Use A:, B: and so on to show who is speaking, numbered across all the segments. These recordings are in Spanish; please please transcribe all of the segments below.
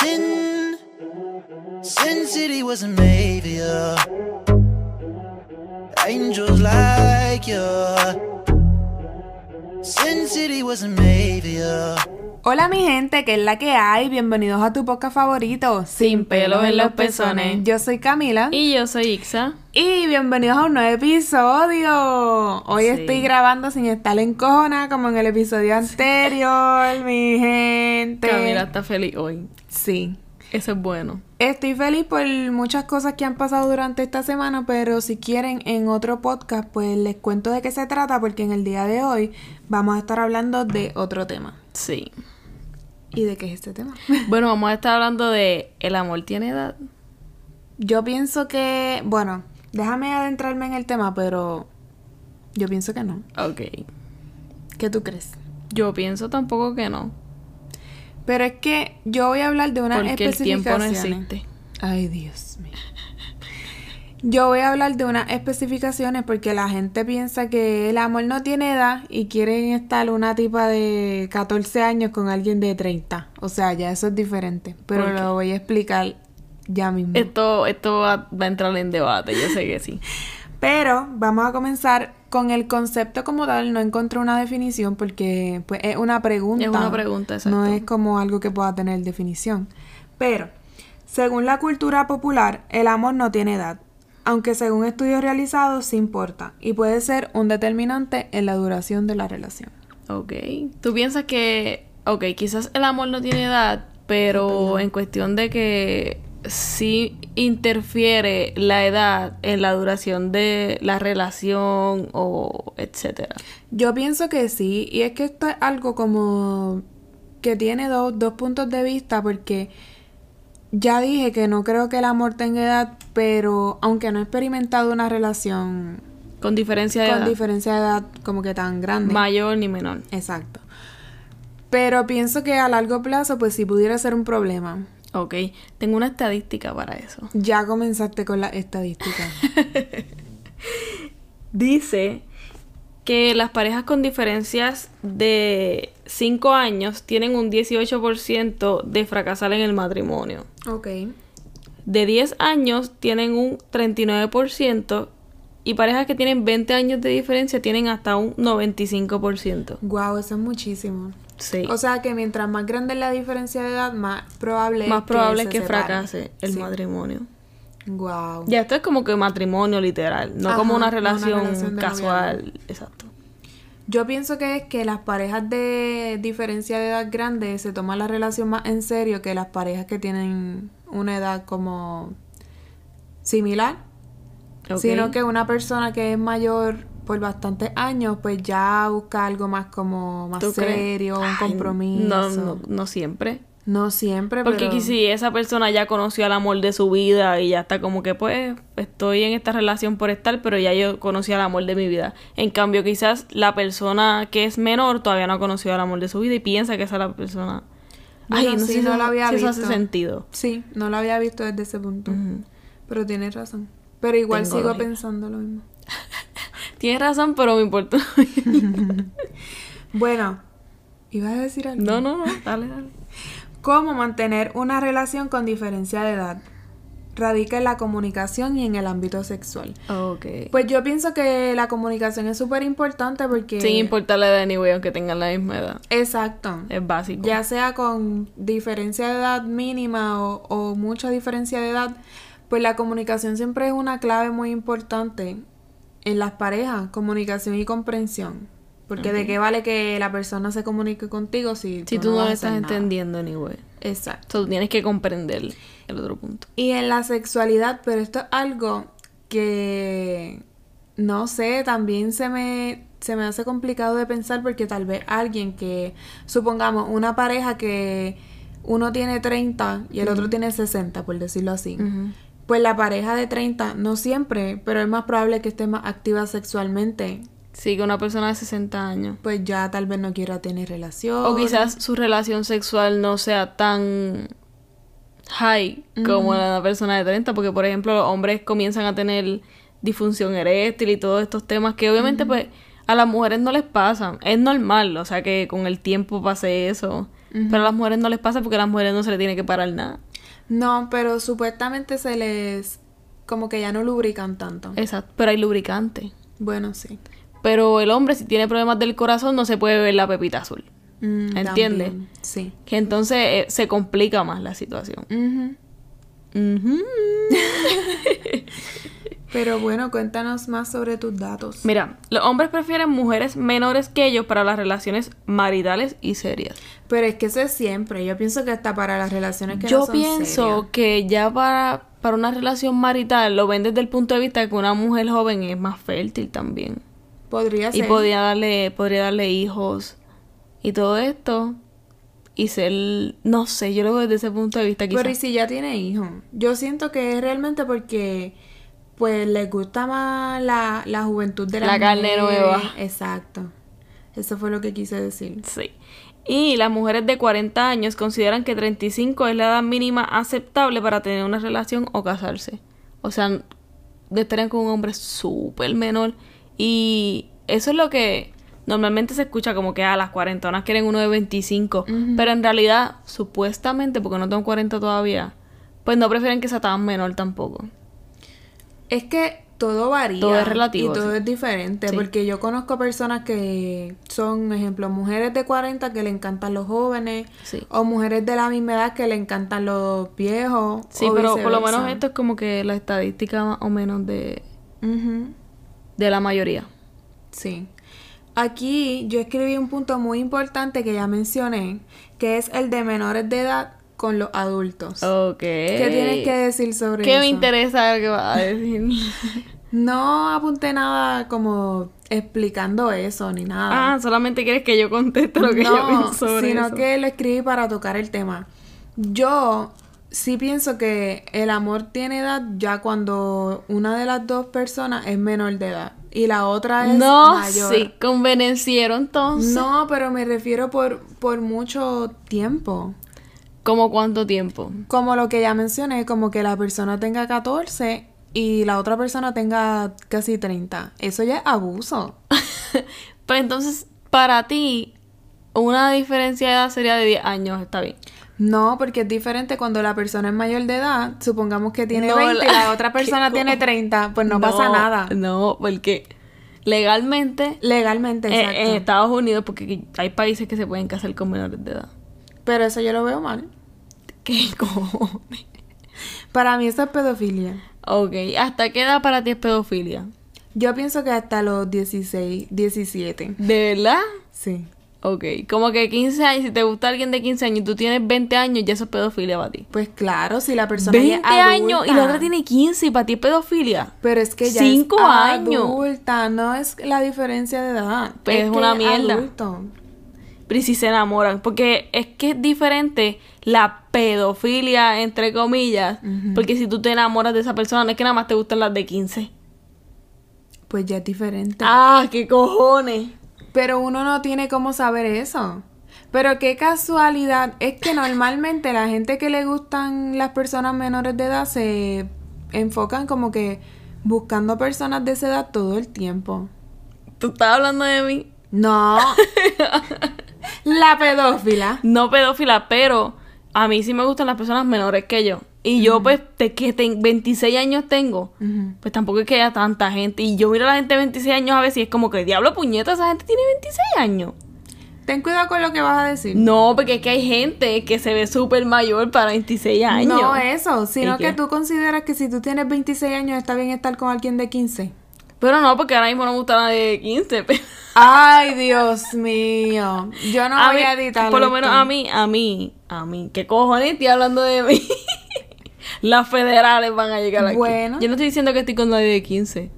A: Sin, Sin City was a maybe. yeah. Angels like you. Sin City was a maybe. yeah.
B: Hola mi gente, que es la que hay. Bienvenidos a tu podcast favorito.
C: Sin pelo en los pezones.
B: Yo soy Camila y,
C: Y yo soy Ixa.
B: bienvenidos a un nuevo episodio. Hoy
C: Sí.
B: estoy grabando sin estar en cojona como en el episodio anterior, mi gente.
C: Camila está feliz hoy.
B: Sí.
C: Eso es bueno.
B: Estoy feliz por muchas cosas que han pasado durante esta semana, pero si quieren en otro podcast pues les cuento de qué se trata porque en el día de hoy vamos a estar hablando de otro tema.
C: Sí.
B: ¿Y de qué es este tema?
C: Bueno, vamos a estar hablando de el amor tiene edad.
B: Yo pienso que, bueno, déjame adentrarme en el tema, pero yo pienso que no.
C: Ok.
B: ¿Qué tú crees?
C: Yo pienso tampoco que no.
B: Pero es que yo voy a hablar de unas
C: Porque el tiempo no
B: especificaciones.
C: existe.
B: Ay, Dios mío. Yo voy a hablar de unas especificaciones porque la gente piensa que el amor no tiene edad y quieren estar una tipa de 14 años con alguien de 30. O sea, ya eso es diferente. Pero
C: ¿Por qué? Eh,
B: lo voy a explicar ya mismo.
C: Esto, esto va, va a entrar en debate, yo sé que sí.
B: Pero vamos a comenzar con el concepto como tal. No encontré una definición porque pues, es una pregunta.
C: Es una pregunta, exacto.
B: No es como algo que pueda tener definición. Pero, según la cultura popular, el amor no tiene edad. Aunque según estudios realizados sí importa y puede ser un determinante en la duración de la relación.
C: Ok. ¿Tú piensas que, ok, quizás el amor no tiene edad, pero en cuestión de que sí interfiere la edad en la duración de la relación o etcétera?
B: Yo pienso que sí, y es que esto es algo como que tiene dos, dos puntos de vista, porque ya dije que no creo que el amor tenga edad, pero aunque no he experimentado una relación
C: Con diferencia de
B: con
C: edad.
B: diferencia de edad como que tan grande.
C: Mayor ni menor.
B: Exacto. Pero pienso que a largo plazo, pues sí pudiera ser un problema.
C: Ok. Tengo una estadística para eso.
B: Ya comenzaste con las estadísticas.
C: Dice que las parejas con diferencias de 5 años tienen un 18% de fracasar en el matrimonio.
B: ok.
C: De 10 años tienen un 39% y parejas que tienen 20 años de diferencia tienen hasta un 95%.
B: Wow, eso es muchísimo.
C: Sí.
B: O sea que mientras más grande es la diferencia de edad, más probable
C: más probable es
B: se
C: que
B: separen.
C: fracase el
B: Sí.
C: matrimonio.
B: Wow.
C: Ya esto es como que matrimonio literal, no
B: Ajá,
C: como una
B: una
C: relación,
B: relación de
C: casual. Exacto.
B: Yo pienso que es que las parejas de diferencia de edad grande se toman la relación más en serio que las parejas que tienen una edad como similar,
C: Ok.
B: sino que una persona que es mayor por bastantes años, pues ya busca algo más como más
C: ¿Tú crees?
B: serio, un
C: Ay,
B: compromiso.
C: No,
B: No,
C: no, no siempre.
B: siempre,
C: Porque
B: pero
C: que si esa persona ya conoció al amor de su vida y ya está como que pues estoy en esta relación por estar, pero ya yo conocí al amor de mi vida. En cambio, quizás la persona que es menor todavía no ha conocido al amor de su vida y piensa que esa es la persona. Ay,
B: Bueno,
C: no
B: sí,
C: sé si,
B: no
C: eso-
B: lo había
C: si eso
B: visto.
C: hace sentido.
B: sí, no lo había visto desde ese punto.
C: Ujú.
B: Pero tienes razón. Pero igual
C: Tengo
B: sigo
C: lógica.
B: pensando lo mismo.
C: Tienes razón, pero me importa.
B: Bueno, ibas a decir algo.
C: no, no, no, dale, dale.
B: ¿Cómo mantener una relación con diferencia de edad? Radica en la comunicación y en el ámbito sexual.
C: Ok.
B: Pues yo pienso que la comunicación es súper importante porque...
C: Sin importar la edad, anyway, aunque tengan la misma edad.
B: Exacto.
C: Es básico.
B: Ya sea con diferencia de edad mínima o, o mucha diferencia de edad, pues la comunicación siempre es una clave muy importante en las parejas, comunicación y comprensión. Porque de qué vale que la persona se comunique contigo si,
C: Si tú no
B: vas
C: lo
B: a
C: estás
B: hacer nada?
C: entendiendo, anyway.
B: Exacto.
C: So, tú tienes que comprender el otro punto.
B: Y en la sexualidad, pero esto es algo que no sé, también se me, se me hace complicado de pensar porque tal vez alguien que, supongamos, una pareja que uno tiene 30 y el otro tiene 60, por decirlo así. Pues la pareja de 30, no siempre, pero es más probable que esté más activa sexualmente.
C: Sí, que una persona de 60 años.
B: Pues ya tal vez no quiera tener relación.
C: O quizás su relación sexual no sea tan high como la de una persona de 30, porque por ejemplo los hombres comienzan a tener disfunción eréctil y todos estos temas que obviamente pues a las mujeres no les pasan, es normal, o sea que con el tiempo pase eso, Pero a las mujeres no les pasa porque a las mujeres no se le tiene que parar nada.
B: No, pero supuestamente se les... Como que ya no lubrican tanto.
C: Exacto. Pero hay lubricante.
B: Bueno, sí.
C: Pero el hombre, si tiene problemas del corazón, no se puede ver la pepita azul.
B: Mm,
C: ¿Entiende?
B: también, Sí.
C: Que entonces eh, se complica más la situación.
B: Ujú.
C: Ujú.
B: Pero bueno, cuéntanos más sobre tus datos.
C: Mira, los hombres prefieren mujeres menores que ellos para las relaciones maritales y serias.
B: Pero es que eso es siempre. Yo pienso que hasta para las relaciones que no
C: Yo
B: son
C: pienso
B: serias.
C: que ya para, para una relación marital lo ven desde el punto de vista que una mujer joven es más fértil también.
B: Podría
C: Y
B: ser.
C: podía darle, podría darle hijos y todo esto. Y ser, no sé, yo lo veo desde ese punto de vista
B: Pero y
C: quizás.
B: si ya tiene hijos. Yo siento que es realmente porque pues les gusta más la, la juventud de la
C: La carne nueva.
B: Exacto. Eso fue lo que quise decir.
C: Sí. Y las mujeres de 40 años consideran que 35 es la edad mínima aceptable para tener una relación o casarse. O sea, de estar con un hombre súper menor. Y eso es lo que normalmente se escucha como que a las cuarentonas quieren uno de 25. Pero en realidad, supuestamente, porque no tengo 40 todavía, pues no prefieren que sea tan menor tampoco.
B: Es que todo varía.
C: Todo es relativo,
B: Y todo
C: sí.
B: es diferente.
C: Sí.
B: Porque yo conozco personas que son, ejemplo, mujeres de 40 que le encantan los jóvenes.
C: Sí.
B: O mujeres de la misma edad que le encantan los viejos.
C: Sí,
B: o
C: pero por lo
B: viceversa.
C: menos esto es como que la estadística más o menos de,
B: Ujú.
C: de la mayoría.
B: Sí. Aquí yo escribí un punto muy importante que ya mencioné, que es el de menores de edad con los adultos.
C: Ok.
B: ¿Qué tienes que decir sobre
C: ¿Qué
B: eso?
C: me interesa ver qué vas a decir?
B: No apunté nada como explicando eso ni nada.
C: ah, solamente quieres que yo conteste lo que yo
B: no,
C: pienso sobre
B: sino
C: eso.
B: que lo escribí para tocar el tema. Yo sí pienso que el amor tiene edad ya cuando una de las dos personas es menor de edad y la otra es
C: No,
B: mayor.
C: sí, convenenciero entonces.
B: No, pero me refiero por, por mucho tiempo.
C: ¿Cómo cuánto tiempo?
B: Como lo que ya mencioné, como que la persona tenga 14 y la otra persona tenga casi 30. Eso ya es abuso.
C: Pero Pues entonces, para ti, una diferencia de edad sería de 10 años, está bien.
B: No, porque es diferente cuando la persona es mayor de edad. Supongamos que tiene
C: No,
B: 20 y
C: la-
B: la otra persona
C: ¿Qué?
B: tiene 30. Pues no, pasa nada.
C: No, Eh, porque legalmente
B: Legalmente,
C: eh,
B: exacto.
C: en Estados Unidos, porque hay países que se pueden casar con menores de edad.
B: Pero eso yo lo veo mal.
C: ¿Qué cojones?
B: Para mí eso es pedofilia.
C: Ok, ¿hasta qué edad para ti es pedofilia?
B: Yo pienso que hasta los 16, 17.
C: ¿De verdad?
B: Sí.
C: Ok, como que 15 años, si te gusta alguien de 15 años y tú tienes 20 años, ya eso es pedofilia para ti.
B: Pues claro, si la persona ya es
C: 20 años y la
B: adulta.
C: otra tiene 15 y para ti es pedofilia.
B: Pero es que ya
C: Cinco
B: es
C: años.
B: adulta, no es la diferencia de edad.
C: Pues es
B: que
C: una mierda.
B: adulto.
C: Pero ¿y si se enamoran, porque es que es diferente la pedofilia, entre comillas, porque si tú te enamoras de esa persona, no es que nada más te gustan las de 15.
B: Pues ya es diferente.
C: Ah, qué cojones.
B: Pero uno no tiene cómo saber eso. Pero qué casualidad, es que normalmente la gente que le gustan las personas menores de edad se enfocan como que buscando personas de esa edad todo el tiempo.
C: ¿Tú estás hablando de mí?
B: No. la pedófila.
C: No pedófila, pero a mí sí me gustan las personas menores que yo. Y yo, pues, te, que ten- 26 años tengo.
B: Ujú.
C: Pues tampoco es que haya tanta gente. Y yo miro a la gente de 26 años a veces y es como que, diablo, puñeta, esa gente tiene 26 años.
B: Ten cuidado con lo que vas a decir.
C: No, porque es que hay gente que se ve súper mayor para 26 años.
B: No eso, sino
C: ¿Y qué?
B: que tú consideras que si tú tienes 26 años está bien estar con alguien de 15.
C: Pero no, porque ahora mismo no me gusta nadie de 15. pero-
B: Ay, Dios mío. Yo no
C: a
B: voy
C: mí-
B: a editar.
C: Por lo
B: esto.
C: menos a mí, a mí, a mí. ¿Qué cojones estoy hablando de mí? Las federales van a llegar aquí.
B: Bueno.
C: Yo no estoy diciendo que estoy con nadie de 15.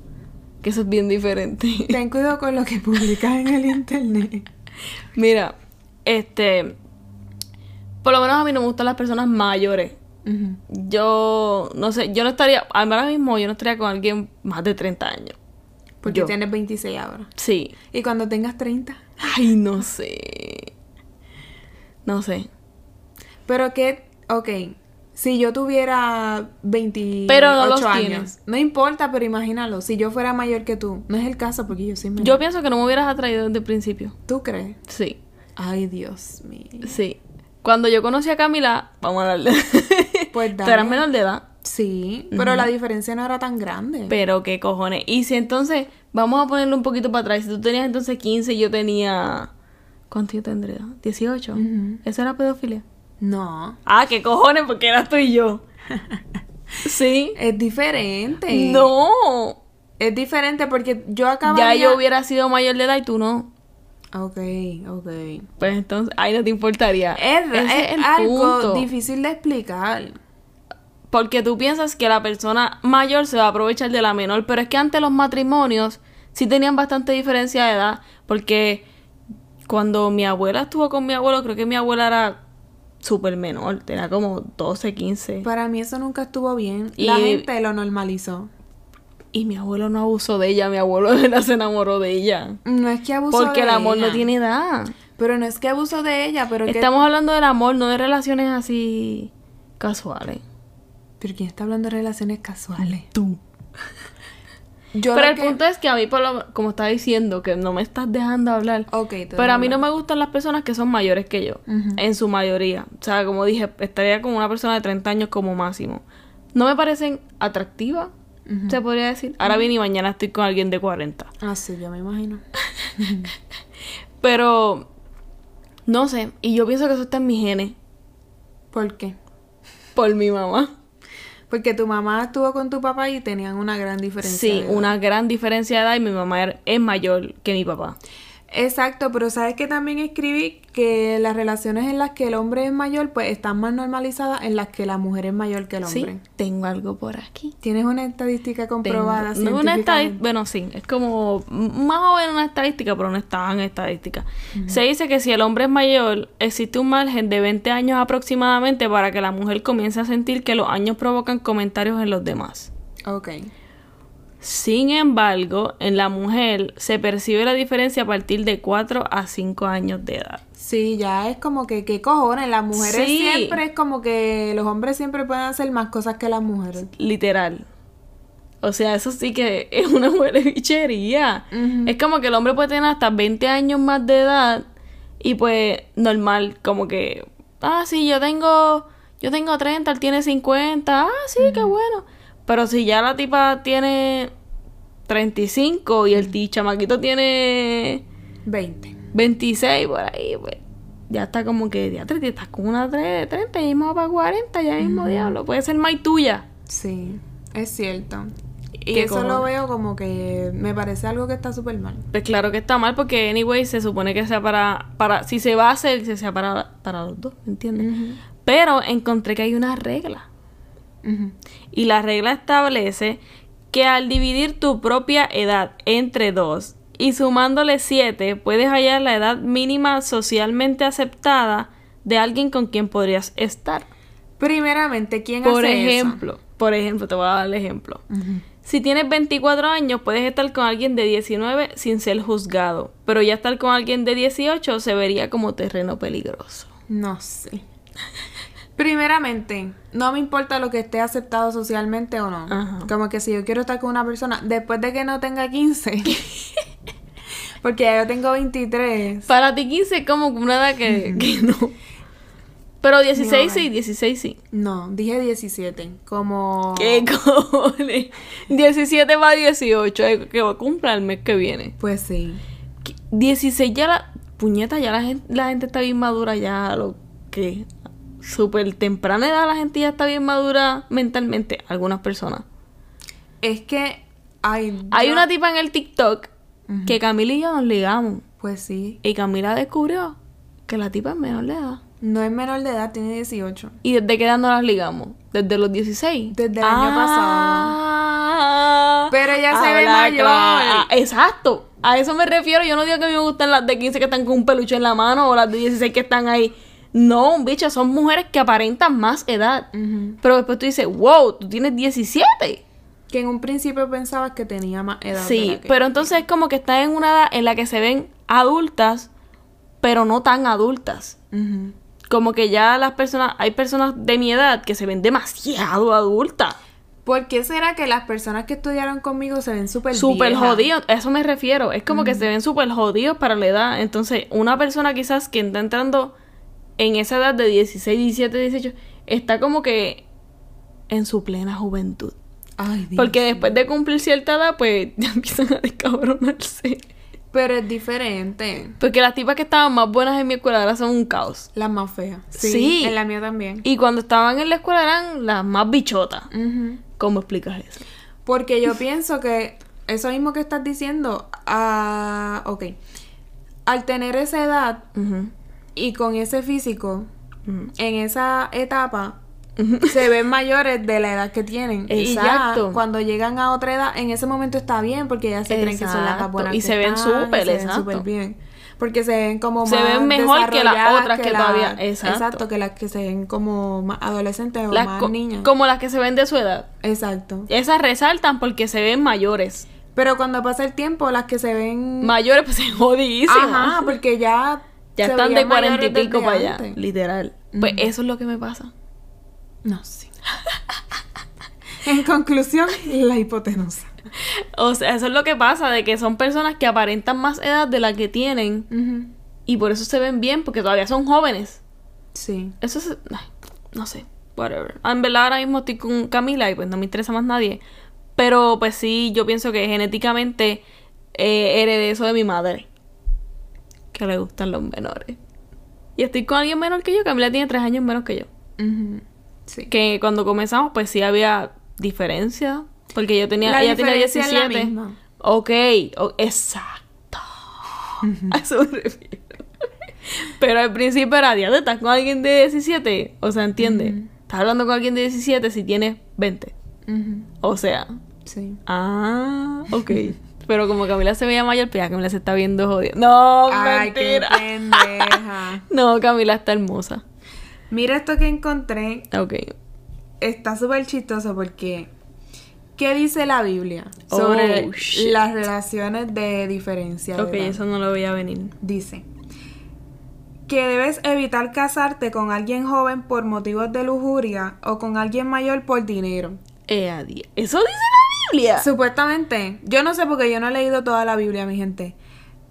C: Que eso es bien diferente.
B: Ten cuidado con lo que publicas en el internet.
C: Mira, este. Por lo menos a mí no me gustan las personas mayores.
B: Ujú.
C: Yo no sé, yo no estaría, ahora mismo yo no estaría con alguien más de 30 años.
B: Porque
C: Yo.
B: tienes 26 ahora.
C: Sí.
B: Y cuando tengas 30.
C: Ay, no sé. No sé.
B: Pero que, ok, si yo tuviera 28
C: Pero no los
B: años.
C: tienes.
B: No importa, pero imagínalo. Si yo fuera mayor que tú. No es el caso porque yo soy mayor.
C: Yo pienso que no me hubieras atraído desde el principio.
B: ¿Tú crees?
C: Sí,
B: Ay, Dios mío.
C: sí. Cuando yo conocí a Camila, vamos a hablar de...
B: Pues
C: Tú eras
B: dale.
C: menor de edad,
B: Sí, pero la diferencia no era tan grande.
C: pero qué cojones. Y si entonces, vamos a ponerlo un poquito para atrás. Si tú tenías entonces 15 y yo tenía... ¿Cuánto yo tendría? ¿18? ¿Eso era pedofilia?
B: no,
C: Ah, qué cojones, porque eras tú y yo. sí.
B: es diferente.
C: No.
B: Es diferente porque yo acababa.
C: Ya yo hubiera sido mayor de edad y tú no.
B: Ok, ok.
C: Pues entonces, ahí no te importaría.
B: Es,
C: Ese
B: es algo
C: punto.
B: difícil de explicar.
C: Porque tú piensas que la persona mayor se va a aprovechar de la menor, pero es que antes los matrimonios sí tenían bastante diferencia de edad, porque cuando mi abuela estuvo con mi abuelo, creo que mi abuela era súper menor, tenía como 12, 15.
B: Para mí eso nunca estuvo bien. La
C: Y-
B: gente lo normalizó.
C: Y mi abuelo no abusó de ella, mi abuelo de verdad se enamoró de ella.
B: No es que abusó
C: Porque
B: de
C: el amor
B: ella.
C: no tiene edad.
B: Pero no es que abusó de ella, pero que...
C: Estamos hablando del amor, no de relaciones así casuales.
B: Pero ¿quién está hablando de relaciones casuales?
C: Tú.
B: Yo
C: Pero
B: lo
C: el
B: que-
C: punto es que a mí, por lo- como estaba diciendo, que no me estás dejando hablar.
B: Ok, te doy
C: Pero a mí
B: la-
C: no me gustan las personas que son mayores que yo,
B: Ujú.
C: en su mayoría. O sea, como dije, estaría con una persona de 30 años como máximo. No me parecen atractivas,
B: Ujú.
C: se podría decir. Ahora bien y mañana estoy con alguien de 40.
B: Ah, sí, yo me imagino.
C: Pero, no sé, y yo pienso que eso está en mis genes,
B: ¿Por qué?
C: por mi mamá.
B: Porque tu mamá estuvo con tu papá y tenían una gran diferencia.
C: Sí,
B: de edad.
C: una gran diferencia de edad y mi mamá er- es mayor que mi papá.
B: Exacto, pero sabes que también escribí que las relaciones en las que el hombre es mayor, pues están más normalizadas en las que la mujer es mayor que el hombre.
C: Sí, tengo algo por aquí.
B: Tienes una estadística comprobada.
C: Tengo- no, una estadi-
B: científicamente.
C: bueno, sí, es como m- más o menos una estadística, pero no es tan estadística. Se dice que si el hombre es mayor, existe un margen de 20 años aproximadamente para que la mujer comience a sentir que los años provocan comentarios en los demás.
B: Ok.
C: Sin embargo, en la mujer se percibe la diferencia a partir de 4 a 5 años de edad.
B: Sí, ya es como que, ¿qué cojones? Las mujeres
C: Sí.
B: siempre es como que los hombres siempre pueden hacer más cosas que las mujeres.
C: Literal. O sea, eso sí que es una buena bichería.
B: Ujú.
C: Es como que el hombre puede tener hasta 20 años más de edad y pues normal, como que, ah, sí, yo tengo, yo tengo 30, él tiene 50, ah, sí, qué bueno. Pero si ya la tipa tiene 35 y el ti- chamaquito tiene
B: 20.
C: 26 por ahí, pues ya está como que, ya te estás con una tre- 30 y mismo para 40, ya mismo diablo, puede ser más tuya.
B: Sí, es cierto. Y
C: Qué
B: eso lo
C: cojones.
B: veo como que me parece algo que está súper mal.
C: Pues claro que está mal porque, anyway, se supone que sea para... para si se va a hacer, que sea para, para los dos, ¿me entiendes? Pero encontré que hay una regla.
B: Ujú.
C: Y la regla establece que al dividir tu propia edad entre dos y sumándole siete, puedes hallar la edad mínima socialmente aceptada de alguien con quien podrías estar.
B: Primeramente, ¿quién
C: Por
B: hace
C: ejemplo, por ejemplo, te voy a dar el ejemplo.
B: eso? Ujú.
C: Si tienes 24 años, puedes estar con alguien de 19 sin ser juzgado, pero ya estar con alguien de 18 se vería como terreno peligroso.
B: No sé. Primeramente, no me importa lo que esté aceptado socialmente o no.
C: Ajá.
B: Como que si yo quiero estar con una persona después de que no tenga 15, porque ya yo tengo 23.
C: Para ti 15 es como una edad que, que no. Pero 16 sí, 16 sí.
B: No, dije 17. Como.
C: ¿Qué cojones? 17 va a 18, eh, que va a cumplir el mes que viene.
B: Pues sí.
C: ¿Qué? 16 ya la... Puñeta, ya la gente, la gente está bien madura ya a lo que... Súper temprana edad la gente ya está bien madura mentalmente, algunas personas.
B: Es que. Hay,
C: Hay
B: yo-
C: una tipa en el TikTok que Camila y yo nos ligamos.
B: Pues sí.
C: Y Camila descubrió que la tipa es menor de edad.
B: No es menor de edad, tiene 18.
C: ¿Y desde qué edad no las ligamos? ¿Desde los 16?
B: Desde el año Ah,
C: pasado.
B: Pero ella se ve mayor. ah,
C: Exacto. A eso me refiero. Yo no digo que a mí me gustan las de 15 que están con un peluche en la mano o las de 16 que están ahí. No, bicha, son mujeres que aparentan más edad.
B: Ujú.
C: Pero después tú dices, wow, tú tienes 17.
B: Que en un principio pensabas que tenía más edad. de
C: Sí,
B: la que-
C: pero entonces es como que están en una edad en la que se ven adultas, pero no tan adultas.
B: Ujú.
C: Como que ya las personas, hay personas de mi edad que se ven demasiado adultas,
B: ¿Por qué será que las personas que estudiaron conmigo se ven súper
C: súper
B: viejas?
C: jodidos, a eso me refiero, es como que se ven súper jodidos para la edad. Entonces, una persona quizás que está entrando en esa edad de 16, 17, 18, está como que en su plena juventud.
B: Ay, Dios.
C: Porque después de cumplir cierta edad, pues ya empiezan a descabronarse.
B: Pero es diferente.
C: Porque las tipas que estaban más buenas en mi escuela ahora son un caos.
B: Las más feas. Sí.
C: Sí.
B: En la mía también.
C: Y cuando estaban en la escuela eran las más bichotas.
B: Ujú.
C: ¿Cómo explicas eso?
B: Porque yo pienso que eso mismo que estás diciendo, ah, ok, al tener esa edad
C: Ujú,
B: y con ese físico,
C: ujú.
B: en esa etapa, se ven mayores de la edad que tienen. Y
C: Exacto.
B: ya cuando llegan a otra edad, en ese momento está bien porque ya se creen que son las más
C: Exacto.
B: buenas.
C: Y
B: que
C: se ven
B: están, y
C: súper,
B: se ven
C: exacto.
B: súper bien. Porque se ven como
C: Se
B: más
C: ven mejor que las
B: desarrolladas
C: otras que
B: la-
C: todavía- exacto.
B: que las que se ven como más adolescentes o
C: Las
B: más
C: co-
B: niñas.
C: Como las que se ven de su edad.
B: Exacto.
C: Esas resaltan porque se ven mayores.
B: Pero cuando pasa el tiempo, las que se ven
C: Mayores, pues es jodidísimas.
B: Ajá, porque ya.
C: ya
B: se
C: están de
B: veían mayores
C: cuarenta y pico
B: desde
C: para allá.
B: antes.
C: Literal. Pues
B: Ujú.
C: eso es lo que me pasa.
B: No, sí. en conclusión, la hipotenusa.
C: O sea, eso es lo que pasa, de que son personas que aparentan más edad de la que tienen
B: Ujú.
C: y por eso se ven bien, porque todavía son jóvenes.
B: Sí.
C: Eso es. ay, no sé. Whatever. Ah, En verdad, ahora mismo estoy con Camila y pues no me interesa más nadie. Pero pues sí, yo pienso que genéticamente eh, heredé eso de mi madre. Que le gustan los menores. Y estoy con alguien menor que yo. Camila tiene tres años menos que yo.
B: Ujú. Sí.
C: Que cuando comenzamos, pues sí había diferencia. Porque yo tenía. ella tenía
B: diferencia
C: 17.
B: es la misma.
C: Ok, o- exacto. A eso me refiero. Pero al principio era, diablo, estás con alguien de 17. O sea, entiende. Estás hablando con alguien de 17 si tienes 20.
B: Ujú.
C: O sea,
B: Sí.
C: ah, ok. Pero como Camila se veía mayor, pues ya Camila se está viendo jodida.
B: Oh,
C: No,
B: Ay, qué
C: mentira.
B: pendeja.
C: No, Camila está hermosa.
B: Mira esto que encontré.
C: Ok.
B: Está súper chistoso porque. ¿Qué dice la Biblia
C: Oh,
B: sobre
C: shit.
B: las relaciones de diferencia? de
C: Ok,
B: edad?
C: eso no lo veía venir.
B: Dice que debes evitar casarte con alguien joven por motivos de lujuria o con alguien mayor por dinero.
C: Eh, a die- Eso dice la Biblia.
B: Supuestamente, yo no sé porque yo no he leído toda la Biblia, mi gente.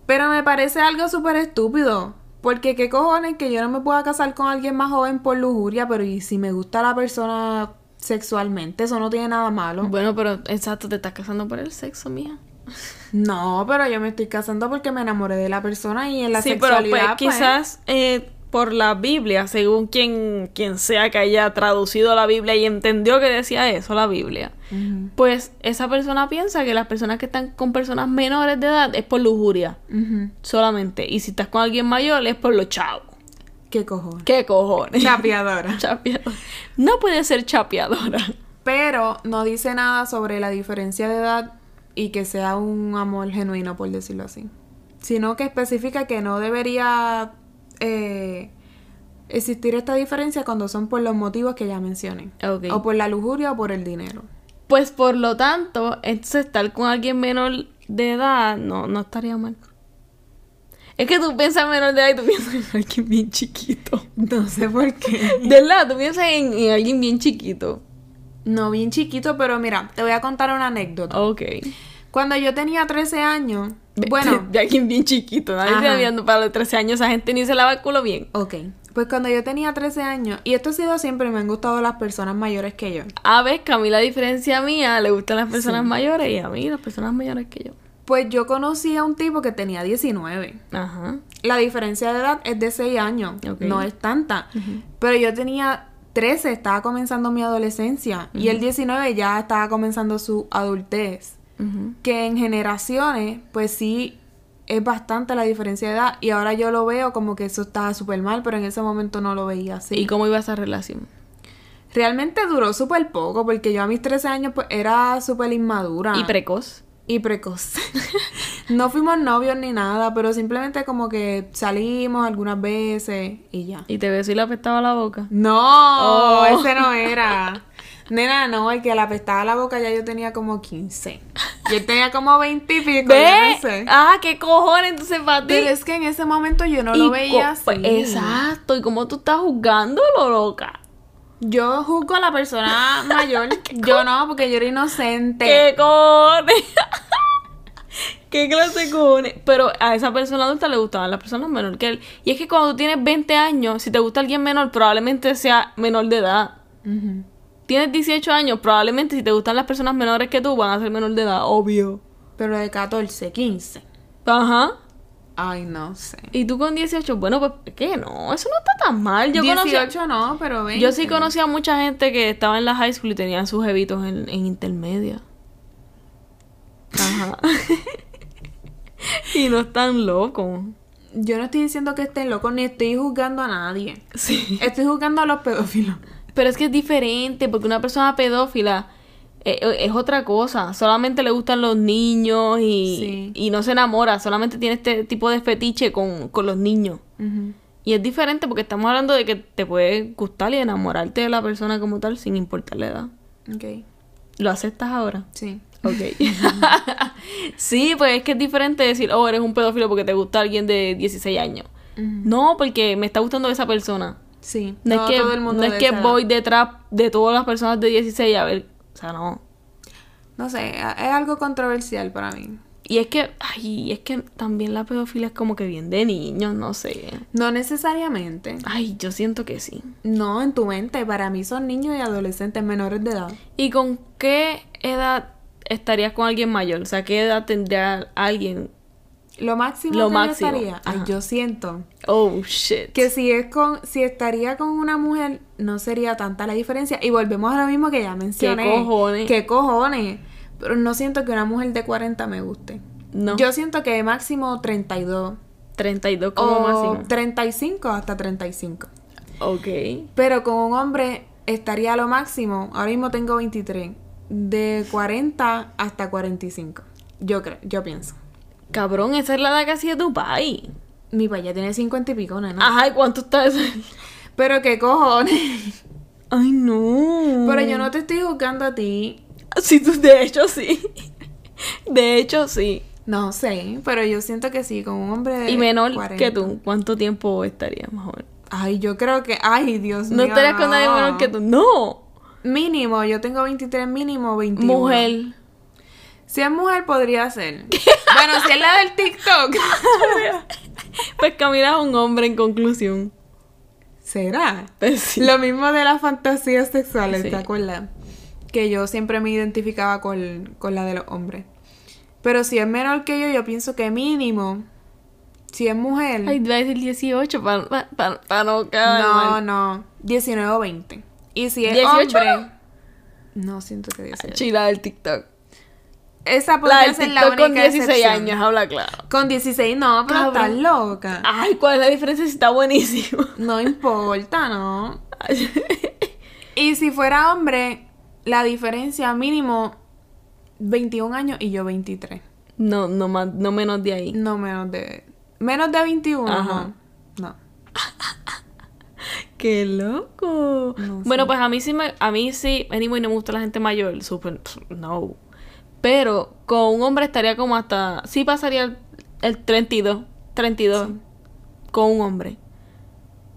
B: Pero me parece algo súper estúpido. Porque qué cojones que yo no me pueda casar con alguien más joven por lujuria, pero y si me gusta la persona sexualmente, eso no tiene nada malo.
C: Bueno, pero exacto, te estás casando por el sexo, mija.
B: No, pero yo me estoy casando porque me enamoré de la persona y en la
C: sí, pero
B: sexualidad.
C: pues,
B: pues,
C: quizás eh, por la Biblia, según quien, quien sea que haya traducido la Biblia y entendió que decía eso la Biblia,
B: Ujú,
C: pues esa persona piensa que las personas que están con personas menores de edad es por lujuria
B: ujú.
C: solamente. Y si estás con alguien mayor es por los chavos.
B: ¿Qué cojones?
C: ¿Qué cojones?
B: Chapeadora.
C: Chapeador. No puede ser chapeadora.
B: Pero no dice nada sobre la diferencia de edad y que sea un amor genuino, por decirlo así. Sino que especifica que no debería eh, existir esta diferencia cuando son por los motivos que ya mencioné.
C: Ok.
B: O por la lujuria o por el dinero.
C: Pues por lo tanto, entonces estar con alguien menor de edad no, no estaría mal. Es que tú piensas menor de edad y tú piensas en alguien bien chiquito.
B: No sé por qué.
C: De verdad, tú piensas en, en alguien bien chiquito.
B: No, bien chiquito, pero mira, te voy a contar una anécdota.
C: Ok.
B: Cuando yo tenía 13 años, bueno,
C: De alguien bien chiquito. Nadie
B: Ajá.
C: está mirando para los 13 años. Esa gente ni se lava el culo bien.
B: ok, pues cuando yo tenía 13 años, y esto ha sido siempre, me han gustado las personas mayores que yo.
C: A ver, Camila, a diferencia mía, le gustan las personas mayores y a mí las personas mayores que yo.
B: Pues yo conocí a un tipo que tenía 19.
C: Ajá.
B: La diferencia de edad es de 6 años,
C: Ok.
B: no es tanta. Pero yo tenía 13, estaba comenzando mi adolescencia, y el 19 ya estaba comenzando su adultez.
C: Ujú.
B: Que en generaciones, pues sí, es bastante la diferencia de edad, y ahora yo lo veo como que eso estaba súper mal, pero en ese momento no lo veía así.
C: ¿Y cómo iba esa relación?
B: Realmente duró súper poco, porque yo a mis 13 años pues, era súper inmadura.
C: ¿Y precoz?
B: y precoz. no fuimos novios ni nada, pero simplemente como que salimos algunas veces y ya.
C: ¿Y te besó y le apestaba la boca?
B: No,
C: Oh.
B: ese no era. Nena, no, el que le apestaba la boca ya yo tenía como 15. Y él tenía como 20 y pico.
C: ¿Ve?
B: yo no sé.
C: Ah, qué cojones, entonces para ti.
B: Pero es que en ese momento yo no
C: Y
B: lo
C: co-
B: veía así.
C: pues, Exacto, y cómo tú estás juzgándolo, loca.
B: Yo juzgo a la persona Eh. mayor. yo no, porque yo era inocente.
C: ¡Qué cojones! ¿Qué clase de cojones? Pero a esa persona adulta le gustaban las personas menor que él. Y es que cuando tú tienes 20 años, si te gusta alguien menor, probablemente sea menor de edad. Tienes 18 años, probablemente si te gustan las personas menores que tú, van a ser menor de edad, obvio.
B: Pero de 14, 15.
C: Ajá.
B: Ay, no sé.
C: Y tú con 18, bueno, pues, ¿qué no? Eso no está tan mal. Yo conocí-
B: 18 no, pero 20.
C: yo sí conocía a mucha gente que estaba en la high school y tenían sus jevitos en, en intermedia. Ajá. y no están locos.
B: Yo no estoy diciendo que estén locos ni estoy juzgando a nadie.
C: Sí.
B: Estoy juzgando a los pedófilos.
C: Pero es que es diferente, porque una persona pedófila eh, eh, es otra cosa. Solamente le gustan los niños y,
B: Sí.
C: y no se enamora. Solamente tiene este tipo de fetiche con, con los niños. Y es diferente porque estamos hablando de que te puede gustar y enamorarte de la persona como tal sin importar la edad.
B: Ok,
C: ¿Lo aceptas ahora?
B: sí.
C: Ok. sí, pues es que es diferente decir, oh, eres un pedófilo porque te gusta alguien de 16 años. No, porque me está gustando esa persona.
B: Sí.
C: No, es que,
B: todo el mundo
C: no es
B: de
C: que
B: esa edad.
C: voy detrás de todas las personas de 16 a ver. O sea, no.
B: No sé, a- es algo controversial para mí.
C: Y es que, ay, es que también la pedofilia es como que bien de niños, no sé.
B: No necesariamente.
C: Ay, yo siento que sí.
B: No, en tu mente. Para mí son niños y adolescentes menores de edad.
C: ¿Y con qué edad estarías con alguien mayor? O sea, ¿qué edad tendría alguien?
B: Lo máximo
C: Lo
B: que
C: máximo,
B: yo estaría. Ay,
C: ajá.
B: yo siento
C: Oh, shit.
B: que si es con, si estaría con una mujer, no sería tanta la diferencia. Y volvemos a lo mismo que ya mencioné.
C: cojones?
B: ¿Qué cojones? Pero no siento que una mujer de 40 me guste.
C: No.
B: Yo siento que máximo 32.
C: 32 como
B: O
C: máximo.
B: 35 hasta 35.
C: Ok.
B: Pero con un hombre estaría a lo máximo, ahora mismo tengo 23, de 40 hasta 45. Yo creo, yo pienso.
C: Cabrón, esa es la edad que hacía tu país.
B: Mi papá ya tiene 50 y pico, nena.
C: Ajá, ¿y cuánto está eso?
B: Pero qué cojones.
C: Ay, no.
B: Pero yo no te estoy juzgando a ti.
C: Sí, tú- de hecho sí. De hecho sí.
B: No sé, pero yo siento que sí, con un hombre de
C: Y menor
B: 40.
C: que tú, ¿cuánto tiempo estarías mejor?
B: Ay, yo creo que, ay, Dios
C: No
B: mío.
C: estarías con nadie
B: no.
C: menor que tú. No.
B: Mínimo, yo tengo 23, mínimo 21.
C: Mujer.
B: Si es mujer podría ser. bueno, si es la del TikTok.
C: Pues Camila es un hombre en conclusión.
B: ¿Será?
C: Pues sí.
B: Lo mismo de las fantasías sexuales,
C: Sí.
B: ¿te acuerdas? Que yo siempre me identificaba con, con la de los hombres. Pero si es menor que yo, yo pienso que mínimo, si es mujer,
C: Ay, iba a decir 18 para no quedar
B: no,
C: mal.
B: no, 19 o 20. Y si es
C: 18
B: hombre, no siento que 18.
C: Chila del TikTok.
B: Esa
C: La
B: podría
C: del
B: ser
C: TikTok
B: la única
C: con 16
B: excepción.
C: años, habla claro.
B: Con 16 no, pero
C: Cabrón.
B: estás loca.
C: Ay, ¿cuál es la diferencia? Está buenísimo.
B: No importa, ¿no? Y si fuera hombre, la diferencia mínimo 21 años y yo 23.
C: No, no, más, no menos de ahí.
B: No menos de menos de 21.
C: Ajá.
B: No.
C: ¡Qué loco!
B: No sé.
C: Bueno, pues a mí sí me, a mí sí, anyway, no me gusta la gente mayor, super, pff, no. Pero con un hombre estaría como hasta, sí pasaría el, el 32, 32 con un hombre.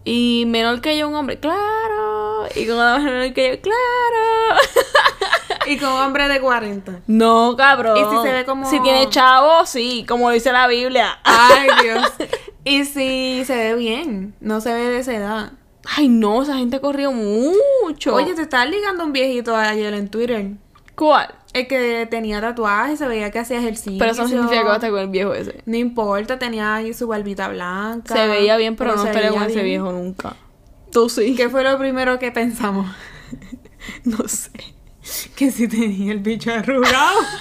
C: Y menor que yo un hombre, claro. Y con una mujer menor que yo, claro.
B: no. Y con hombre de 40.
C: No, cabrón.
B: ¿Y si se ve como-
C: Si tiene chavo, sí, como dice la Biblia.
B: Ay, Dios. Y si se ve bien, no se ve de esa edad.
C: Ay, no, esa gente corrió mucho.
B: Oye, te estás ligando un viejito ayer en Twitter.
C: ¿cuál?
B: El que tenía tatuajes, se veía que hacía ejercicio.
C: Pero eso no significa que va a estar con el viejo ese.
B: No importa, tenía ahí su barbita blanca.
C: Se veía bien, pero, no
B: se
C: estaría
B: veía
C: con ese
B: bien.
C: viejo nunca. Tú sí.
B: ¿Qué fue lo primero que pensamos?
C: No sé.
B: Que si tenía el bicho arrugado.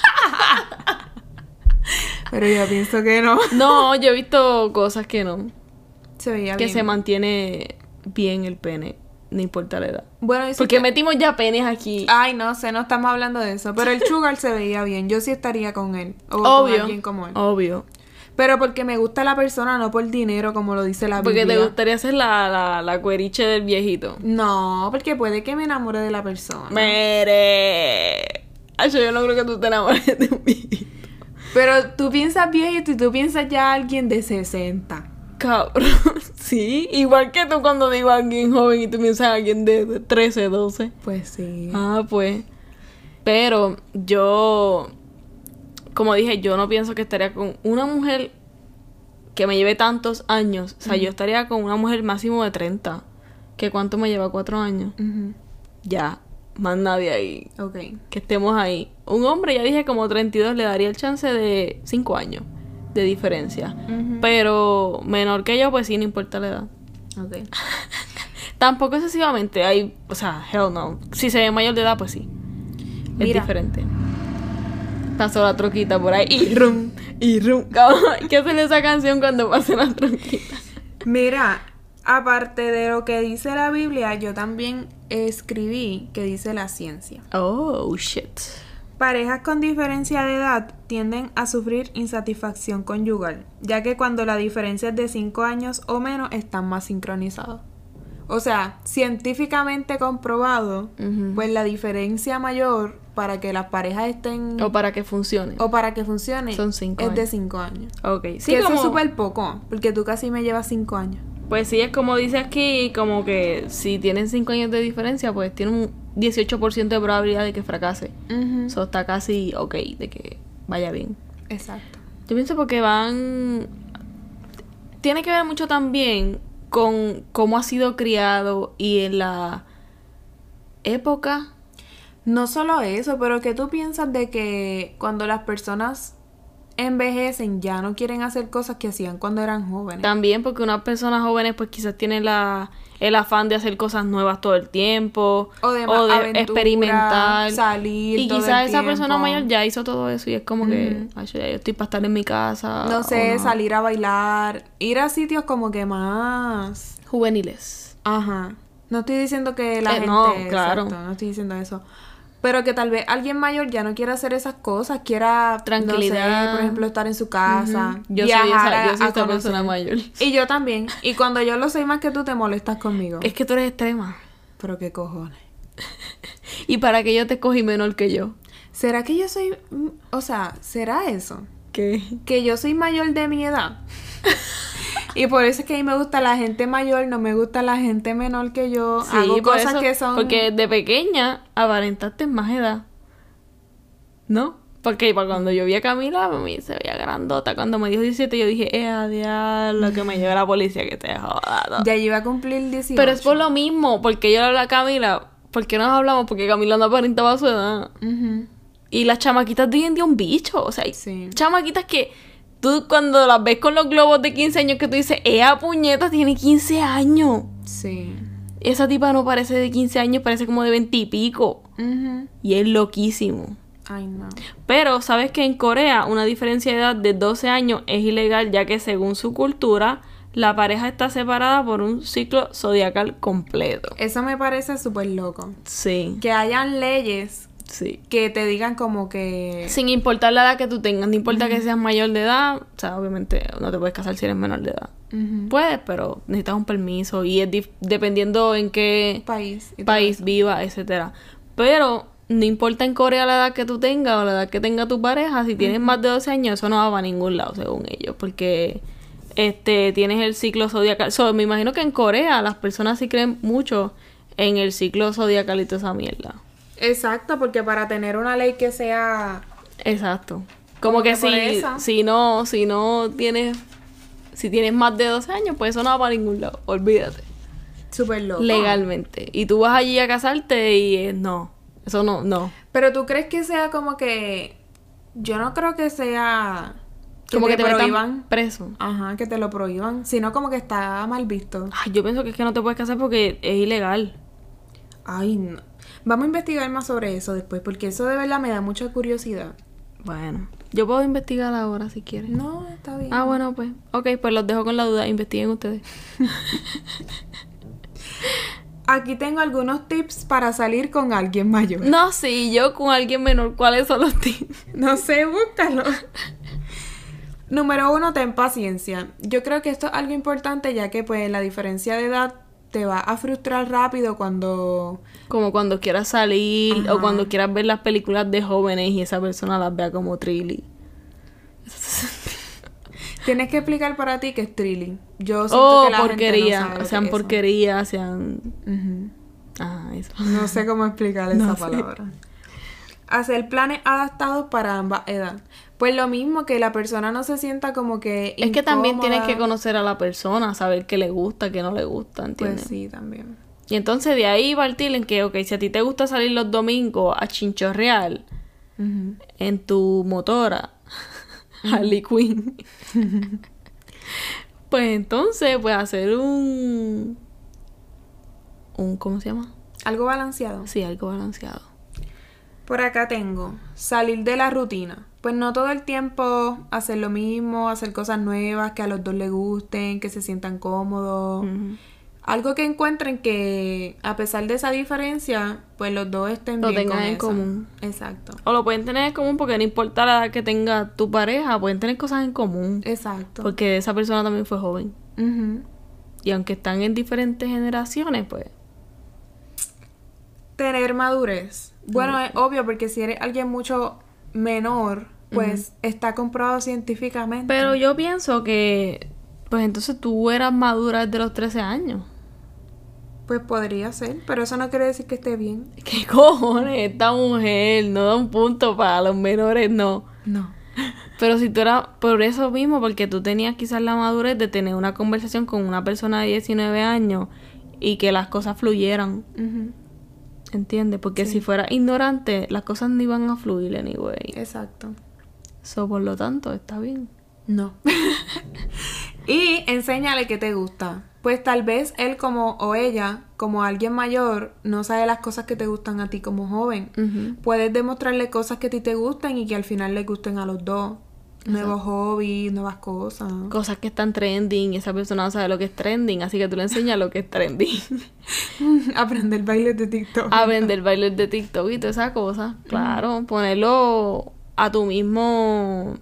B: Pero yo pienso que no.
C: No, yo he visto cosas que no.
B: Se veía
C: Que
B: bien.
C: se mantiene bien el pene, no importa la edad.
B: Bueno, y si
C: Porque
B: te-
C: metimos ya penes aquí.
B: Ay, no sé, no estamos hablando de eso. Pero el Sugar se veía bien. Yo sí estaría con él. O con
C: obvio.
B: alguien como él.
C: Obvio.
B: Pero porque me gusta la persona, no por dinero, como lo dice la
C: Porque te
B: Biblia.
C: gustaría ser la, la, la cueriche del viejito.
B: No, porque puede que me enamore de la persona.
C: Mere. Ay, yo no creo que tú te enamores de mí.
B: Pero tú piensas viejito y tú piensas ya alguien de 60.
C: Cabrón. Sí. Igual que tú cuando digo a alguien joven y tú piensas a alguien de 13, 12.
B: Pues sí.
C: Ah, pues. Pero yo. como dije, yo no pienso que estaría con una mujer que me lleve tantos años. O sea, yo estaría con una mujer máximo de 30. ¿Que cuánto me lleva? Cuatro años.
B: Ujú.
C: Ya, más nadie ahí.
B: Ok.
C: Que estemos ahí. Un hombre, ya dije, como 32, le daría el chance de 5 años de diferencia.
B: Ujú.
C: Pero menor que yo, pues sí, no importa la edad.
B: Ok.
C: Tampoco excesivamente. Hay, o sea, hell no. Si se ve mayor de edad, pues sí. Es
B: Mira.
C: diferente. Pasó la troquita por ahí. Y rum, y rum. Cabrón, ¿Qué hace esa canción cuando pasa la troquita?
B: Mira, aparte de lo que dice la Biblia, yo también escribí que dice la ciencia.
C: Oh, shit.
B: Parejas con diferencia de edad tienden a sufrir insatisfacción conyugal, ya que cuando la diferencia es de 5 años o menos están más sincronizados. O sea, científicamente comprobado,
C: Ujú.
B: pues la diferencia mayor para que las parejas estén
C: O para que funcione.
B: o para que funcione
C: Son cinco
B: es de
C: años.
B: 5 años.
C: Ok. Sí,
B: que eso
C: como-
B: es súper poco, porque tú casi me llevas 5 años.
C: Pues sí, es como dice aquí, como que si tienen 5 años de diferencia, pues tienen un 18% de probabilidad de que fracase.
B: Ujú.
C: Eso está casi ok, de que vaya bien.
B: Exacto.
C: Yo pienso porque van... Tiene que ver mucho también con cómo ha sido criado y en la época.
B: No solo eso, pero que tú piensas de que cuando las personas envejecen ya no quieren hacer cosas que hacían cuando eran jóvenes.
C: También porque unas personas jóvenes pues quizás tienen la, el afán de hacer cosas nuevas todo el tiempo.
B: O de ma- aventura,
C: experimentar.
B: salir
C: Y
B: todo el
C: quizás esa
B: tiempo.
C: persona mayor ya hizo todo eso y es como que,
B: Ujú.
C: "Ay, yo ya yo estoy para estar en mi casa. o
B: No sé,
C: Oh, no.
B: salir a bailar, ir a sitios como que más.
C: Juveniles.
B: Ajá. No estoy diciendo que la
C: Eh,
B: gente.
C: no, claro.
B: exacto, no estoy diciendo eso. Pero que tal vez alguien mayor ya no quiera hacer esas cosas, quiera. no sé,
C: Tranquilidad.
B: por ejemplo, estar en su casa.
C: Ujú. Yo soy
B: viajar
C: esa,
B: a-
C: yo soy
B: a
C: esta
B: conocer.
C: persona mayor.
B: Y yo también. Y cuando yo lo soy más que tú, te molestas conmigo.
C: Es que tú eres extrema.
B: Pero qué cojones.
C: Y para que yo te escogí menor que yo.
B: ¿Será que yo soy... mm, O sea, ¿será eso?
C: ¿Qué?
B: Que yo soy mayor de mi edad. y por eso es que a mí me gusta la gente mayor, no me gusta la gente menor que yo.
C: Sí,
B: Hago
C: por
B: cosas
C: eso,
B: que son...
C: Porque de pequeña aparentaste más edad. ¿No? Porque para cuando yo vi a Camila, mí se veía grandota. Cuando me dijo 17, yo dije, eh, adiós, lo que me lleva la policía, que te joda. todo".
B: Ya yo iba a cumplir 18.
C: Pero es por lo mismo, porque yo le hablé a Camila, porque nos hablamos, porque Camila no aparentaba su edad.
B: Ujú.
C: Y las chamaquitas de hoy en día un bicho, o sea, hay
B: Sí.
C: chamaquitas que tú cuando las ves con los globos de 15 años que tú dices, ¡Ea puñeta, tiene 15 años!
B: Sí.
C: Esa tipa no parece de 15 años, parece como de 20 y pico.
B: Ujú.
C: Y es loquísimo.
B: Ay, no.
C: Pero sabes que en Corea una diferencia de edad de 12 años es ilegal ya que según su cultura la pareja está separada por un ciclo zodiacal completo.
B: Eso me parece súper loco.
C: Sí,
B: Que hayan leyes
C: sí.
B: que te digan como que...
C: Sin importar la edad que tú tengas, no importa que seas mayor de edad, o sea, obviamente no te puedes casar si eres menor de edad.
B: Ujú.
C: Puedes, pero necesitas un permiso y es dif- dependiendo en qué
B: País. y todo
C: país viva, etcétera. Pero no importa en Corea la edad que tú tengas o la edad que tenga tu pareja, si tienes más de 12 años, eso no va para ningún lado, según ellos, porque este tienes el ciclo zodiacal. So, me imagino que en Corea las personas sí creen mucho en el ciclo zodiacal y toda esa mierda.
B: Exacto, porque para tener una ley que sea...
C: Exacto.
B: Como
C: Como que,
B: que por
C: si,
B: eso.
C: si no, si no tienes, si tienes más de 12 años, pues eso no va para ningún lado, olvídate.
B: Súper loco.
C: Legalmente. Y tú vas allí a casarte y eh, no. Eso no, no.
B: Pero tú crees que sea como que... Yo no creo que sea...
C: Como que te, metan
B: prohíban.
C: preso.
B: Ajá, que te lo prohíban. Sino como que está mal visto.
C: Ay, yo pienso que es que no te puedes casar porque es ilegal.
B: Ay, no. Vamos a investigar más sobre eso después, porque eso de verdad me da mucha curiosidad.
C: Bueno, yo puedo investigar ahora si quieres.
B: No, está bien.
C: Ah, bueno, pues. Ok, pues los dejo con la duda. Investiguen ustedes.
B: Aquí tengo algunos tips para salir con alguien mayor.
C: No, sí, yo con alguien menor, ¿cuáles son los tips?
B: No sé, búscalo. Número uno, ten paciencia. Yo creo que esto es algo importante ya que pues la diferencia de edad te va a frustrar rápido cuando...
C: Como cuando quieras salir
B: Ajá.
C: o cuando quieras ver las películas de jóvenes y esa persona las vea como trilly.
B: Tienes que explicar para ti que es thrilling. Yo siento
C: Oh,
B: que la gente no
C: porquería.
B: sabe lo
C: sean
B: que es eso.
C: porquería, sean.
B: Ujú.
C: Ah, eso.
B: No sé cómo explicar esa
C: No sé.
B: palabra. hacer planes adaptados para ambas edades. Pues lo mismo, que la persona no se sienta como que...
C: Es que también
B: incómoda.
C: tienes que conocer a la persona, saber qué le gusta, qué no le gusta, ¿entiendes?
B: Pues sí, también.
C: Y entonces de ahí partir en que, ok, si a ti te gusta salir los domingos a chinchorrear
B: Ujú.
C: en tu motora, Harley Quinn, pues entonces, pues hacer un... un ¿Cómo se llama?
B: Algo balanceado.
C: Sí, algo balanceado.
B: Por acá tengo salir de la rutina. Pues no todo el tiempo hacer lo mismo, hacer cosas nuevas que a los dos les gusten, que se sientan cómodos.
C: Ujú.
B: Algo que encuentren que a pesar de esa diferencia, pues los dos estén
C: Lo
B: bien
C: tengan
B: con
C: en
B: eso.
C: común.
B: Exacto.
C: O lo pueden tener en común porque no importa la edad que tenga tu pareja, pueden tener cosas en común.
B: Exacto.
C: Porque esa persona también fue joven.
B: Ujú.
C: Y aunque están en diferentes generaciones, pues...
B: Tener madurez. Bueno, es obvio porque si eres alguien mucho menor, pues está comprobado científicamente.
C: Pero yo pienso que... Pues entonces tú eras madura desde los 13 años.
B: Pues podría ser, pero eso no quiere decir que esté bien.
C: ¿Qué cojones? Esta mujer no da un punto para los menores, no.
B: No.
C: Pero si tú eras por eso mismo, porque tú tenías quizás la madurez de tener una conversación con una persona de 19 años y que las cosas fluyeran, ¿entiendes? Porque si fueras ignorante, las cosas no iban a fluir anyway.
B: Exacto.
C: So, por lo tanto, está bien.
B: No. y enséñale que te gusta. Pues tal vez él como o ella, como alguien mayor, no sabe las cosas que te gustan a ti como joven. Puedes demostrarle cosas que a ti te gustan y que al final les gusten a los dos. Nuevos hobbies, nuevas cosas.
C: Cosas que están trending y esa persona no sabe lo que es trending, así que tú le enseñas lo que es trending.
B: Aprender bailes de TikTok.
C: a vender bailes de TikTok y todas esas cosas. Claro, ponerlo a tu mismo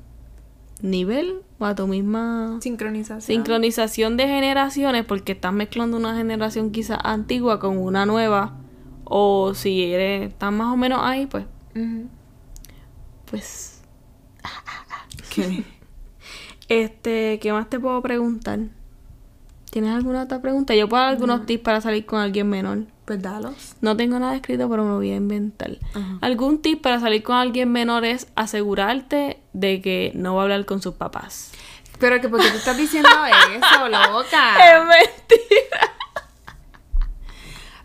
C: nivel o a tu misma
B: Sincronización.
C: sincronización de generaciones, porque estás mezclando una generación quizás antigua con una nueva. O si eres tan más o menos ahí, pues,
B: Ujú.
C: pues. Este, ¿qué más te puedo preguntar? ¿Tienes alguna otra pregunta? Yo puedo dar algunos tips para salir con alguien menor.
B: Pues dalos.
C: No tengo nada escrito, pero me lo voy a inventar.
B: Ajá.
C: Algún tip para salir con alguien menor es asegurarte de que no va a hablar con sus papás.
B: Pero que porque tú estás diciendo eso, loca.
C: Es mentira.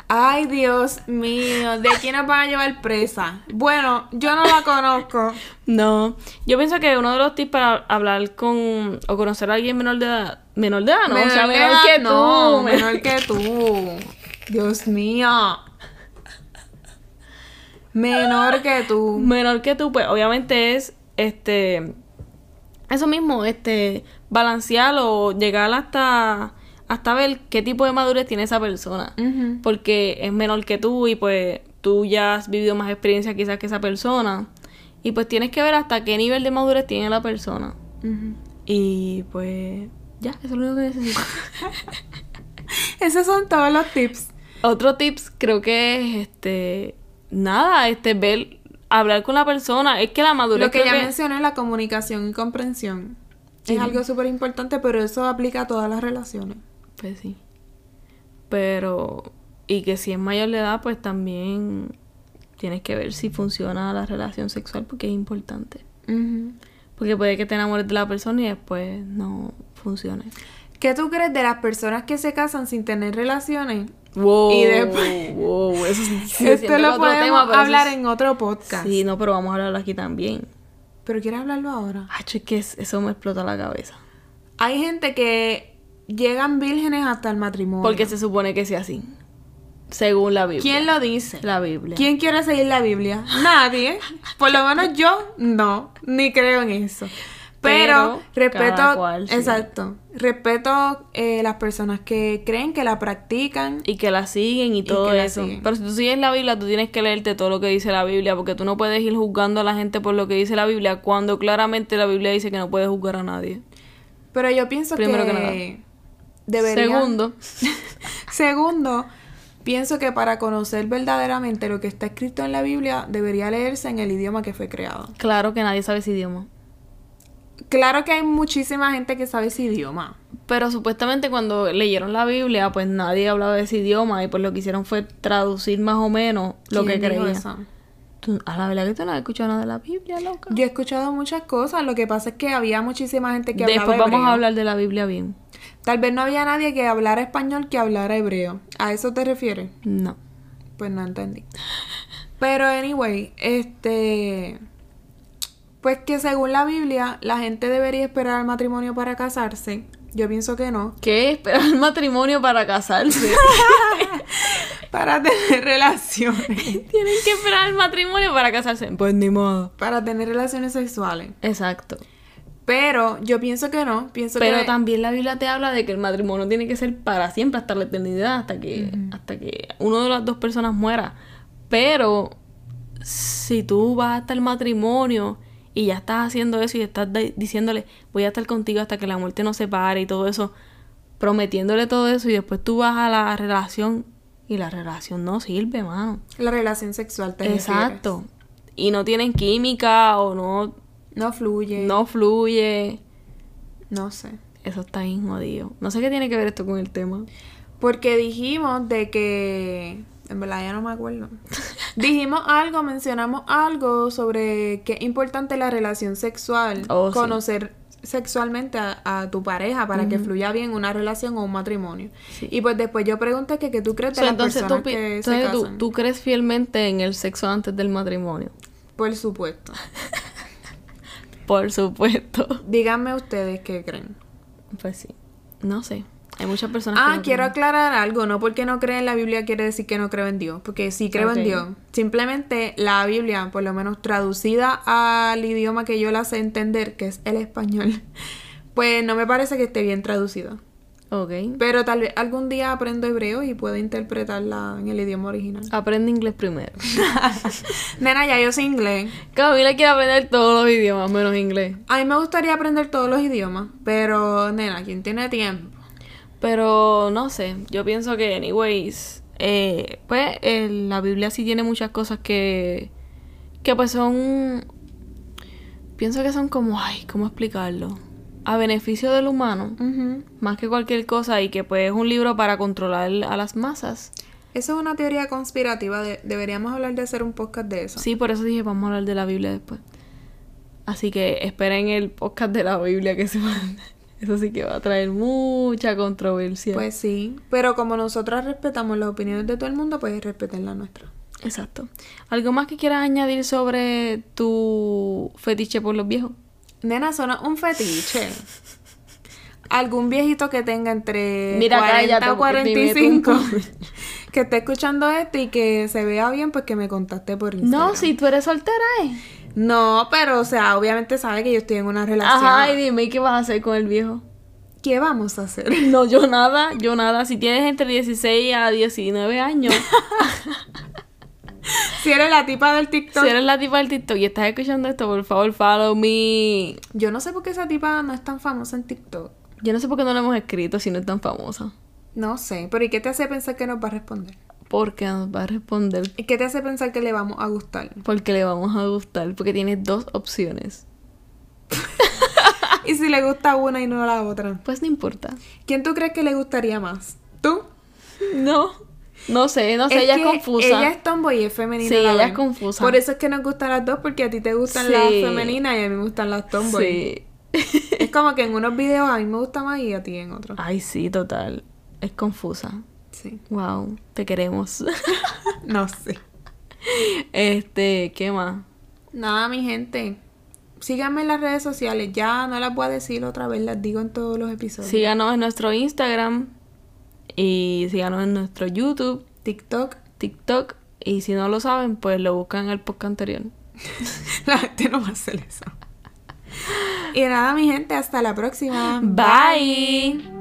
B: Ay, Dios mío, ¿de quién nos van a llevar presa? Bueno, yo no la conozco.
C: No, yo pienso que uno de los tips para hablar con o conocer a alguien menor de edad, menor de edad, no, o
B: de
C: sea, menor
B: edad,
C: que tú,
B: no,
C: men-
B: menor que tú. Dios mío. Menor que tú.
C: menor que tú, pues obviamente es este eso mismo, este balancear o llegar hasta hasta ver qué tipo de madurez tiene esa persona.
B: Ujú.
C: porque es menor que tú y pues tú ya has vivido más experiencia quizás que esa persona y pues tienes que ver hasta qué nivel de madurez tiene la persona
B: Ujú.
C: y pues ya, eso es lo único que necesito.
B: Esos son todos los tips.
C: Otro tips creo que es este nada, este ver hablar con la persona, es que la madurez
B: Lo que
C: creo
B: ya mencioné, la comunicación y comprensión. Es algo súper importante, pero eso aplica a todas las relaciones.
C: pues sí. Pero y que si es mayor de edad, pues también tienes que ver si funciona la relación sexual porque es importante.
B: Ujú.
C: Porque puede que te enamores de la persona y después no funcione.
B: ¿Qué tú crees de las personas que se casan sin tener relaciones?
C: Wow.
B: Y después-
C: Wow, eso Este es
B: Esto lo podemos hablar en otro podcast.
C: Sí, no, pero vamos a hablarlo aquí también.
B: Pero quieres hablarlo ahora.
C: Ay, es que es- eso me explota la cabeza.
B: Hay gente que llegan vírgenes hasta el matrimonio.
C: Porque se supone que sea así. Según la Biblia.
B: ¿Quién lo dice?
C: La Biblia.
B: ¿Quién quiere seguir la Biblia? Nadie. Por lo menos yo no, ni creo en eso. Pero,
C: Pero
B: respeto,
C: cada cual, sí.
B: exacto, respeto eh, las personas que creen que la practican.
C: Y que la siguen y todo
B: que la
C: eso.
B: siguen.
C: Pero si tú sigues la Biblia, tú tienes que leerte todo lo que dice la Biblia. Porque tú no puedes ir juzgando a la gente por lo que dice la Biblia. Cuando claramente la Biblia dice que no puedes juzgar a nadie.
B: Pero yo pienso
C: Primero que
B: que,
C: nada.
B: deberían-
C: Segundo.
B: Segundo, pienso que para conocer verdaderamente lo que está escrito en la Biblia debería leerse en el idioma que fue creado.
C: Claro que nadie sabe ese idioma.
B: Claro que hay muchísima gente que sabe ese idioma.
C: Pero supuestamente cuando leyeron la Biblia, pues nadie hablaba de ese idioma y pues lo que hicieron fue traducir más o menos lo que
B: ¿Quién dijo
C: creía.
B: eso?
C: Tú- a la verdad que tú no has escuchado nada de la Biblia, loca.
B: Yo he escuchado muchas cosas, lo que pasa es que había muchísima gente que hablaba
C: Después vamos
B: hebreo.
C: a hablar de la Biblia bien.
B: Tal vez no había nadie que hablara español que hablara hebreo. ¿A eso te refieres?
C: No.
B: Pues no entendí. Pero anyway, este pues que según la Biblia, la gente debería esperar al matrimonio para casarse. Yo pienso que no.
C: ¿Qué? Esperar el matrimonio para casarse.
B: Para tener relaciones.
C: Tienen que esperar el matrimonio para casarse. Pues ni modo.
B: Para tener relaciones sexuales.
C: Exacto.
B: Pero yo pienso que no. Pienso
C: Pero
B: que
C: también la Biblia te habla de que el matrimonio tiene que ser para siempre, hasta la eternidad, hasta que, hasta que uno de las dos personas muera. Pero si tú vas hasta el matrimonio y ya estás haciendo eso y estás de- diciéndole, voy a estar contigo hasta que la muerte nos separe y todo eso, prometiéndole todo eso y después tú vas a la relación y la relación no sirve, mano.
B: la relación sexual te refieres.
C: Exacto. Y no tienen química o no,
B: No fluye.
C: no fluye.
B: No sé.
C: Eso está bien jodido. No sé qué tiene que ver esto con el tema.
B: Porque dijimos de que. En verdad ya no me acuerdo. dijimos algo, mencionamos algo sobre que es importante la relación sexual.
C: Oh, sí.
B: conocer sexualmente a, a tu pareja para que fluya bien una relación o un matrimonio. Y pues después yo pregunté que qué tú crees de
C: So,
B: las
C: entonces, tú,
B: personas
C: pi-
B: que se
C: entonces, tú-
B: casan.
C: tú crees fielmente en el sexo antes del matrimonio.
B: Por supuesto.
C: Por supuesto.
B: Díganme ustedes qué creen.
C: Pues sí. No sé. Hay muchas personas que
B: Ah,
C: no
B: quiero aclarar algo. No porque no creo en la Biblia quiere decir que no creo en Dios. Porque sí creo
C: Ok.
B: en Dios. Simplemente la Biblia, por lo menos traducida al idioma que yo la sé entender, que es el español, pues no me parece que esté bien traducida.
C: creen. Ok.
B: Pero tal vez algún día aprendo hebreo y puedo interpretarla en el idioma original.
C: Aprende inglés primero.
B: Nena, ya yo sé inglés.
C: Camila quiere aprender todos los idiomas menos inglés.
B: A mí me gustaría aprender todos los idiomas, pero nena, ¿quién tiene tiempo?
C: Pero no sé, yo pienso que, anyways, eh, pues eh, la Biblia sí tiene muchas cosas que, que pues son, pienso que son como, ay, ¿cómo explicarlo? A beneficio del humano,
B: Ujú.
C: más que cualquier cosa, y que pues es un libro para controlar a las masas.
B: Eso es una teoría conspirativa. de- deberíamos hablar de hacer un podcast de eso.
C: Sí, por eso dije, vamos a hablar de la Biblia después. Así que esperen el podcast de la Biblia que se va Eso sí que va a traer mucha controversia.
B: Pues sí, pero como nosotras respetamos las opiniones de todo el mundo, pues respeten la nuestra.
C: Exacto. ¿Algo más que quieras añadir sobre tu fetiche por los viejos?
B: Nena, son un fetiche. Algún viejito que tenga entre
C: Mira,
B: 40
C: cállate,
B: o
C: porque te meto un
B: 45
C: puño.
B: que esté escuchando esto y que se vea bien, pues que me contacte por Instagram.
C: No, si tú eres soltera, ¿eh?
B: No, pero o sea, obviamente sabe que yo estoy en una relación.
C: Ajá, y dime ¿y qué vas a hacer con el viejo.
B: ¿Qué vamos a hacer?
C: No, yo nada, yo nada. Si tienes entre 16 a 19 años,
B: Si eres la tipa del TikTok.
C: si eres la tipa del TikTok y estás escuchando esto, por favor, follow me.
B: Yo no sé por qué esa tipa no es tan famosa en TikTok.
C: Yo no sé por qué no lo hemos escrito si no es tan famosa.
B: No sé, pero ¿y qué te hace pensar que nos va a responder?
C: Porque nos va a responder
B: ¿Y qué te hace pensar que le vamos a gustar?
C: porque le vamos a gustar. Porque tienes dos opciones.
B: ¿Y si le gusta una y no la otra?
C: Pues no importa.
B: ¿Quién tú crees que le gustaría más? ¿Tú?
C: No, no sé, no sé,
B: Es
C: ella es
B: que
C: confusa.
B: Ella es tomboy y es femenina.
C: Sí,
B: a la
C: ella
B: vez.
C: es confusa.
B: Por eso es que nos gustan las dos, porque a ti te gustan
C: Sí.
B: las femeninas y a mí me gustan las tomboy.
C: Sí.
B: Es como que en unos videos a mí me gusta más y a ti en otros.
C: Ay, sí, total. Es confusa.
B: Sí.
C: Wow, te queremos.
B: No sé.
C: este, ¿qué más?
B: Nada, mi gente. Síganme en las redes sociales. Ya no las voy a decir otra vez, las digo en todos los episodios.
C: Síganos en nuestro Instagram y síganos en nuestro YouTube,
B: TikTok.
C: TikTok. Y si no lo saben, pues lo buscan en el podcast anterior.
B: La gente no va a hacer eso. Y nada, mi gente, hasta la próxima.
C: Bye.